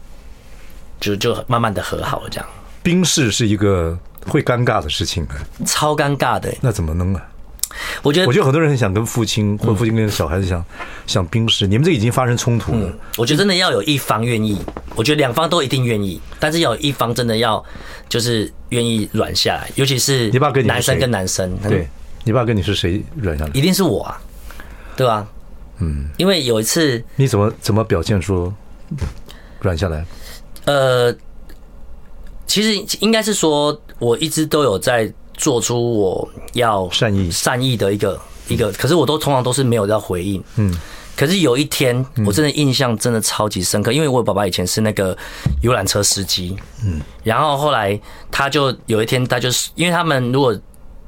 B: 就就慢慢的和好了，这样
A: 冰室是一个会尴尬的事情啊，
B: 超尴尬的、
A: 那怎么弄啊？
B: 我觉得
A: 我觉得很多人很想跟父亲或者父亲跟小孩子想想冰室，你们这已经发生冲突了。
B: 我觉得真的要有一方愿意，我觉得两方都一定愿意，但是要有一方真的要就是愿意软下来，尤其是
A: 你爸跟你是
B: 男生
A: 谁
B: 跟男生，
A: 对，你爸跟你是谁软下来？
B: 一定是我啊，对吧、嗯，因为有一次，
A: 你怎么怎么表现说软下来？
B: 呃，其实应该是说，我一直都有在做出我要
A: 善意
B: 善意的一个一个，可是我都通常都是没有要回应。嗯，可是有一天，我真的印象真的超级深刻，因为我爸爸以前是那个游览车司机。嗯，然后后来他就有一天，他就是因为他们如果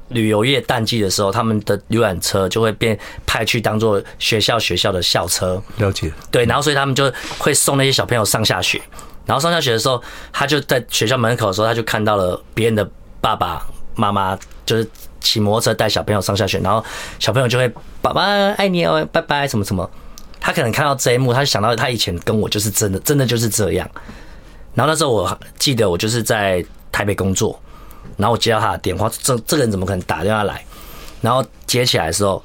B: 旅游业淡季的时候，他们的游览车就会被派去当做学校学校的校车。
A: 了解，
B: 对，然后所以他们就会送那些小朋友上下学，然后上下学的时候，他就在学校门口的时候，他就看到了别人的爸爸妈妈就是骑摩托车带小朋友上下学，然后小朋友就会爸爸爱你哦，拜拜什么什么。他可能看到这一幕，他就想到他以前跟我就是真的，真的就是这样。然后那时候我记得我就是在台北工作，然后我接到他的电话，这这个人怎么可能打电话来？然后接起来的时候，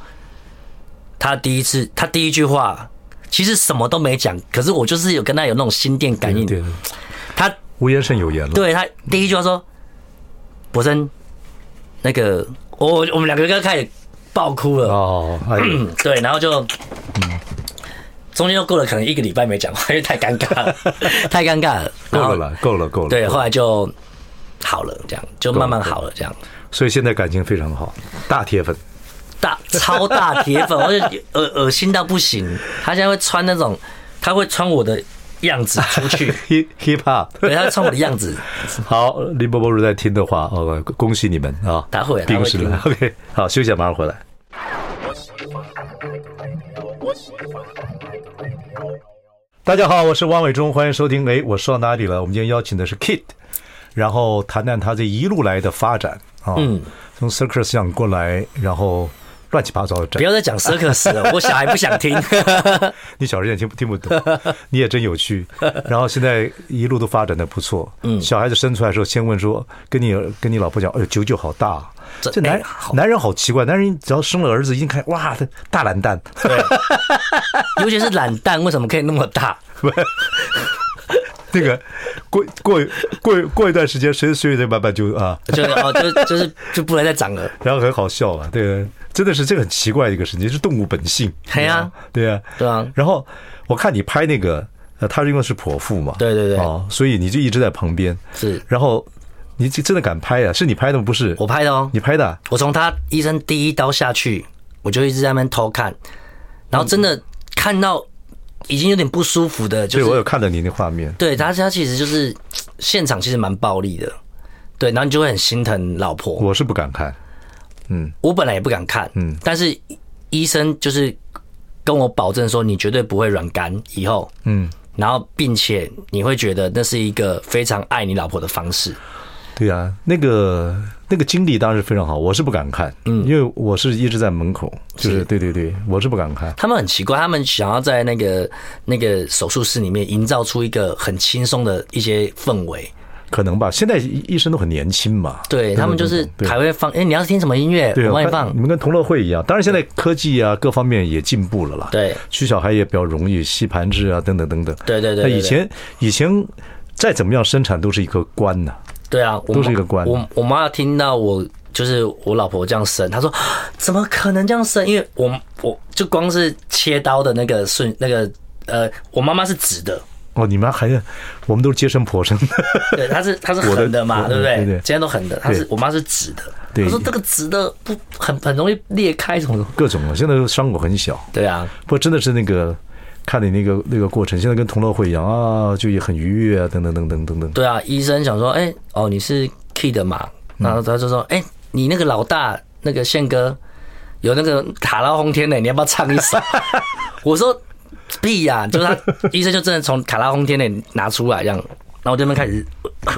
B: 他第一次他第一句话其实什么都没讲，可是我就是有跟他有那种心电感应。
A: 对，
B: 他
A: 无言胜有言了。
B: 哎对他第一句话说：“博生，那个我我们两个人刚开始爆哭了。”
A: 哦，哎呦，
B: 对，然后就，中间又过了可能一个礼拜没讲话，因为太尴 尬了，太尴尬了，
A: 够
B: 然后
A: 了啦，够了，够了。
B: 对，啊
A: 够
B: 后
A: 了
B: 来就好了，这样就慢慢好了，这样
A: 所以现在感情非常好，大铁粉。
B: 大超大铁粉， 而且恶恶心到不行。他现在会穿那种，他会穿我的样子出 去，
A: hip hip hop，
B: 对，他会穿我的样子。
A: 好，林伯伯如果在听的话，哦，恭喜你们啊！
B: 他会他会
A: 定时了，OK，好，休息一下，马上回来。大家好，我是汪伟忠，欢迎收听。哎，我说到哪里了？我们今天邀请的是 Kid，然后谈谈他这一路来的发展啊，
B: 嗯
A: 从 Circus 上过来，然后乱七八糟的
B: 不
A: 展。
B: 要再讲 circus 了，我小孩不想听。
A: 你小时候也听不听不懂， 你也真有趣。然后现在一路都发展的不错。嗯，小孩子生出来的时候，先问说，跟你跟你老婆讲，哎呦，九九好大啊。
B: 这
A: 这男
B: 哎好
A: 男人好奇怪，男人只要生了儿子，一定看哇，他大懒蛋，
B: 尤其是懒蛋，为什么可以那么大？
A: 那个过过过过一段时间，随随便慢慢就啊，
B: 就是哦，就就是就不能再长了。
A: 然后很好笑啊，对，真的是这个很奇怪的一个事情，是动物本性。
B: 嘿啊
A: 对啊，
B: 对啊
A: 然后我看你拍那个，呃，他因为是泼妇嘛，
B: 对对对
A: 哦，所以你就一直在旁边。
B: 是
A: 然后你这真的敢拍啊？是你拍的吗？不是
B: 我拍的哦，
A: 你拍的啊、
B: 我从他医生第一刀下去，我就一直在那边偷看，然后真的看到已经有点不舒服的，就
A: 对，我有
B: 是
A: 看到你那画面。
B: 对他他其实就是现场其实蛮暴力的，对，然后你就会很心疼老婆。我
A: 我是不敢看，
B: 我本来也不敢看，嗯，但是医生就是跟我保证说你绝对不会软干以后，嗯，然后并且你会觉得那是一个非常爱你老婆的方式，
A: 对啊，那个那个经历当时非常好，我是不敢看，嗯，因为我是一直在门口，就是
B: 是
A: 对对对，我是不敢看，
B: 他们很奇怪，他们想要在那个那个手术室里面营造出一个很轻松的一些氛围。
A: 可能吧。现在医生都很年轻嘛，
B: 对他们就是
A: 对
B: 还会放，哎、你要听什么音乐，
A: 对，嗯
B: 我帮你
A: 看
B: 放
A: 你。们跟同乐会一样，当然现在科技啊各方面也进步了啦。
B: 对
A: 取小孩也比较容易，吸盘制啊等等等等。
B: 对对对
A: 那
B: 对
A: 以前以前再怎么样生产都是一个关呐、
B: 对啊，我
A: 都是一个关
B: 我我妈听到我就是我老婆这样生，她说怎么可能这样生？因为我我就光是切刀的那个顺那个呃，我妈妈是直的，
A: 哦，你们还是我们都是接生婆生的，
B: 对，她是她是
A: 我的
B: 横的嘛，
A: 我
B: 对不对
A: 对？对
B: 今天都横的，她是
A: 对
B: 我妈是直的。
A: 对
B: 她说这个直的不很很容易裂开什么的。
A: 各种啊，现在都伤口很小。
B: 对啊，
A: 不过真的是那个看你那个那个过程，现在跟同乐会一样啊，就也很愉悦啊，等等等等等等。
B: 对啊，医生想说，哎、哦，你是 Kid 嘛？
A: 嗯
B: 然后他就说，哎、你那个老大那个宪哥有那个卡拉轰天呢，你要不要唱一 首？我说屁呀、就是他医生就真的从卡拉轰天呢拿出来这样，然后我这边开始，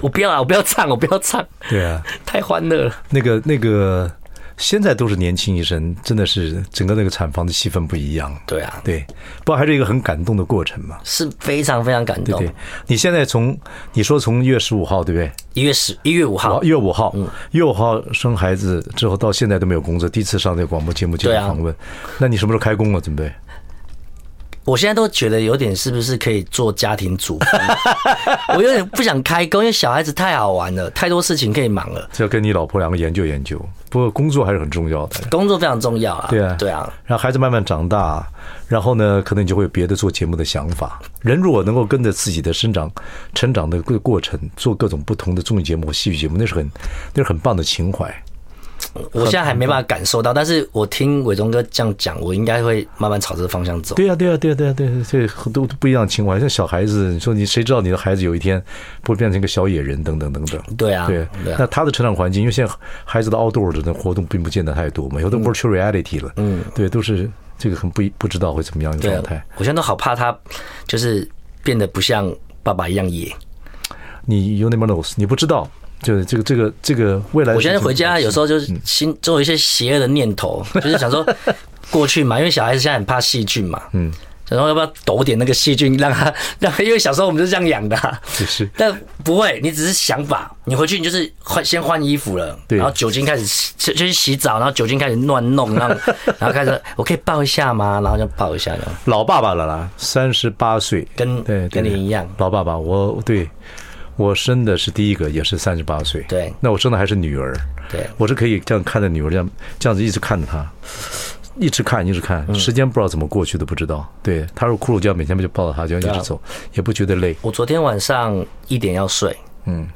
B: 我不要啊，我不要唱，我不要唱，
A: 对啊，
B: 太欢乐了。
A: 那个那个，现在都是年轻医生，真的是整个那个产房的气氛不一样。
B: 对啊，
A: 对，不过还是一个很感动的过程嘛。
B: 是非常非常感动
A: 对。，你现在从你说从一月十五号对不对？
B: 一月十一月五号
A: 一，月五
B: 嗯
A: 号，一月五号生孩子之后到现在都没有工作，第一次上这个广播节目接受
B: 对啊
A: 访问。那你什么时候开工了？准备？
B: 我现在都觉得有点是不是可以做家庭主妇？ 我有点不想开工，因为小孩子太好玩了，太多事情可以忙了。
A: 这要跟你老婆两个研究研究。不过工作还是很重要的。
B: 工作非常重要啊。
A: 对啊，
B: 对啊，。
A: 然后孩子慢慢长大，然后呢，可能你就会有别的做节目的想法。人如果能够跟着自己的生长、成长的过过程，做各种不同的综艺节目、戏剧节目，那是很那是很棒的情怀。
B: 我现在还没办法感受到，但是我听伟忠哥这样讲，我应该会慢慢朝这个方向走。
A: 对呀、对呀、对呀、对呀、对呀、对，很多都不一样的情怀。像小孩子，你说你谁知道你的孩子有一天不会变成一个小野人，等等等等。
B: 对啊，
A: 对，
B: 对啊
A: 那，他的成长环境，因为现在孩子的 outdoor 的活动并不见得太多嘛，有的
B: 嗯
A: virtual reality 了，嗯，对，都是这个很不一不知道会怎么样的
B: 对
A: 状
B: 啊
A: 态。，
B: 我现在都好怕他就是变得不像爸爸一样野。
A: 你 you never knows，你不知道，就是这个这个这个未来。
B: 我现在回家有时
A: 候
B: 候就是心总有一些邪恶的念 头，就是想说过去嘛，因为小孩子现在很怕细菌嘛，嗯，想说要不要抖点那个细菌，让他让，因为小时候我们就是这样养的啊、
A: 是
B: 但不会，你只是想法，你回去你就是换先换衣服了，
A: 对
B: 然后酒精开始洗就就是洗澡，然后酒精开始乱弄，然后 然后开始我可以抱一下吗？然后就抱一下，然后
A: 老爸爸了啦，三十八岁，
B: 跟
A: 对对
B: 跟你一样
A: 老爸爸，我对我生的是第一个，也是三十八岁。
B: 对
A: 那我生的还是女儿。
B: 对
A: 我是可以这样看着女儿，这样这样子一直看着她，一直看，一直
B: 嗯
A: 看，时间不知道怎么过去的，不知道。对，她说骷髅教每天就抱着她，这样
B: 啊
A: 一直走，也不觉得累。
B: 我昨天晚上一点要睡，嗯，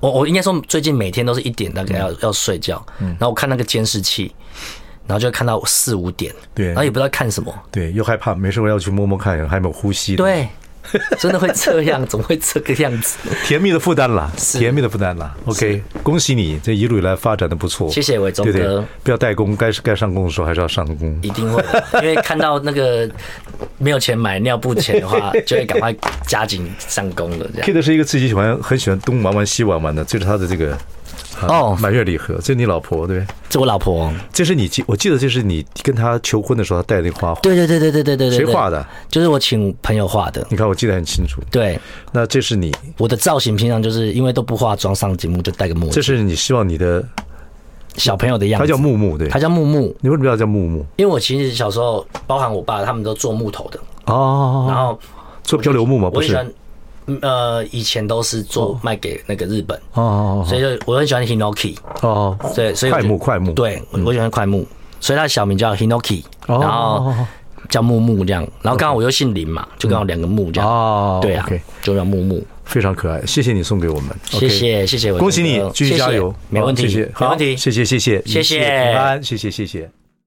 B: 我我应该说最近每天都是一点大概要、要睡觉，然后我看那个监视器，然后就看到四五点，
A: 对
B: 然后也不知道看什么，
A: 对，又害怕，没事我要去摸摸看，还有没有呼吸。，
B: 对，真的会这样，怎么会这个样子？
A: 甜蜜的负担啦，甜蜜的负担啦。OK，恭喜你，这一路以来发展的不错。
B: 谢谢伟忠
A: 对对
B: 哥
A: 不要代工，该该上工的时候还是要上工。
B: 一定会的，因为看到那个没有钱买尿布钱的话， 就会赶快加紧上工了，这样。
A: Kid 是一个自己喜欢很喜欢东玩玩西玩玩的，这是他的这个啊
B: 哦
A: 满月礼盒，这是你老婆对不对？
B: 这我老婆，哦
A: 这是你记，我记得这是你跟他求婚的时候，他戴那个花环。
B: 对对对对对对对
A: 谁
B: 对，
A: 画的？
B: 就是我请朋友画的，
A: 你看，我记得很清楚。
B: 对。
A: 那这是你，
B: 我的造型平常就是因为都不化妆上节目就戴个墨
A: 这
B: 镜，
A: 是你希望你的，
B: 小朋友的样子。
A: 他叫木木，对
B: 他，叫木木，
A: 你为什么要叫木木？
B: 因为我其实小时候，包含我爸他们都做木头的，然
A: 哦，
B: 后
A: 做漂流木吗？
B: 我
A: 不
B: 很
A: 是
B: 喜，欢，嗯呃，以前都是做卖给那个日本，
A: 哦
B: 所以就我很喜欢 Hinoki，
A: 哦哦，
B: 对，所以我
A: 快
B: 就
A: 木快木嗯
B: 对，我我喜欢快木，所以他的小名叫 Hinoki，
A: 哦
B: 然后叫木木这样，然后刚好我又姓林嘛，就刚好两个木这样，
A: 哦，
B: 对啊
A: OK，，
B: 就叫木木，
A: 非常可爱，谢谢你送给我们，
B: 谢
A: OK
B: 谢谢谢，
A: 恭喜你，继续加油，
B: 没问题，
A: 谢谢，
B: 没问
A: 好
B: 题，
A: 谢谢，谢谢，谢谢，
B: 谢谢
A: 一切平安，谢谢，谢谢。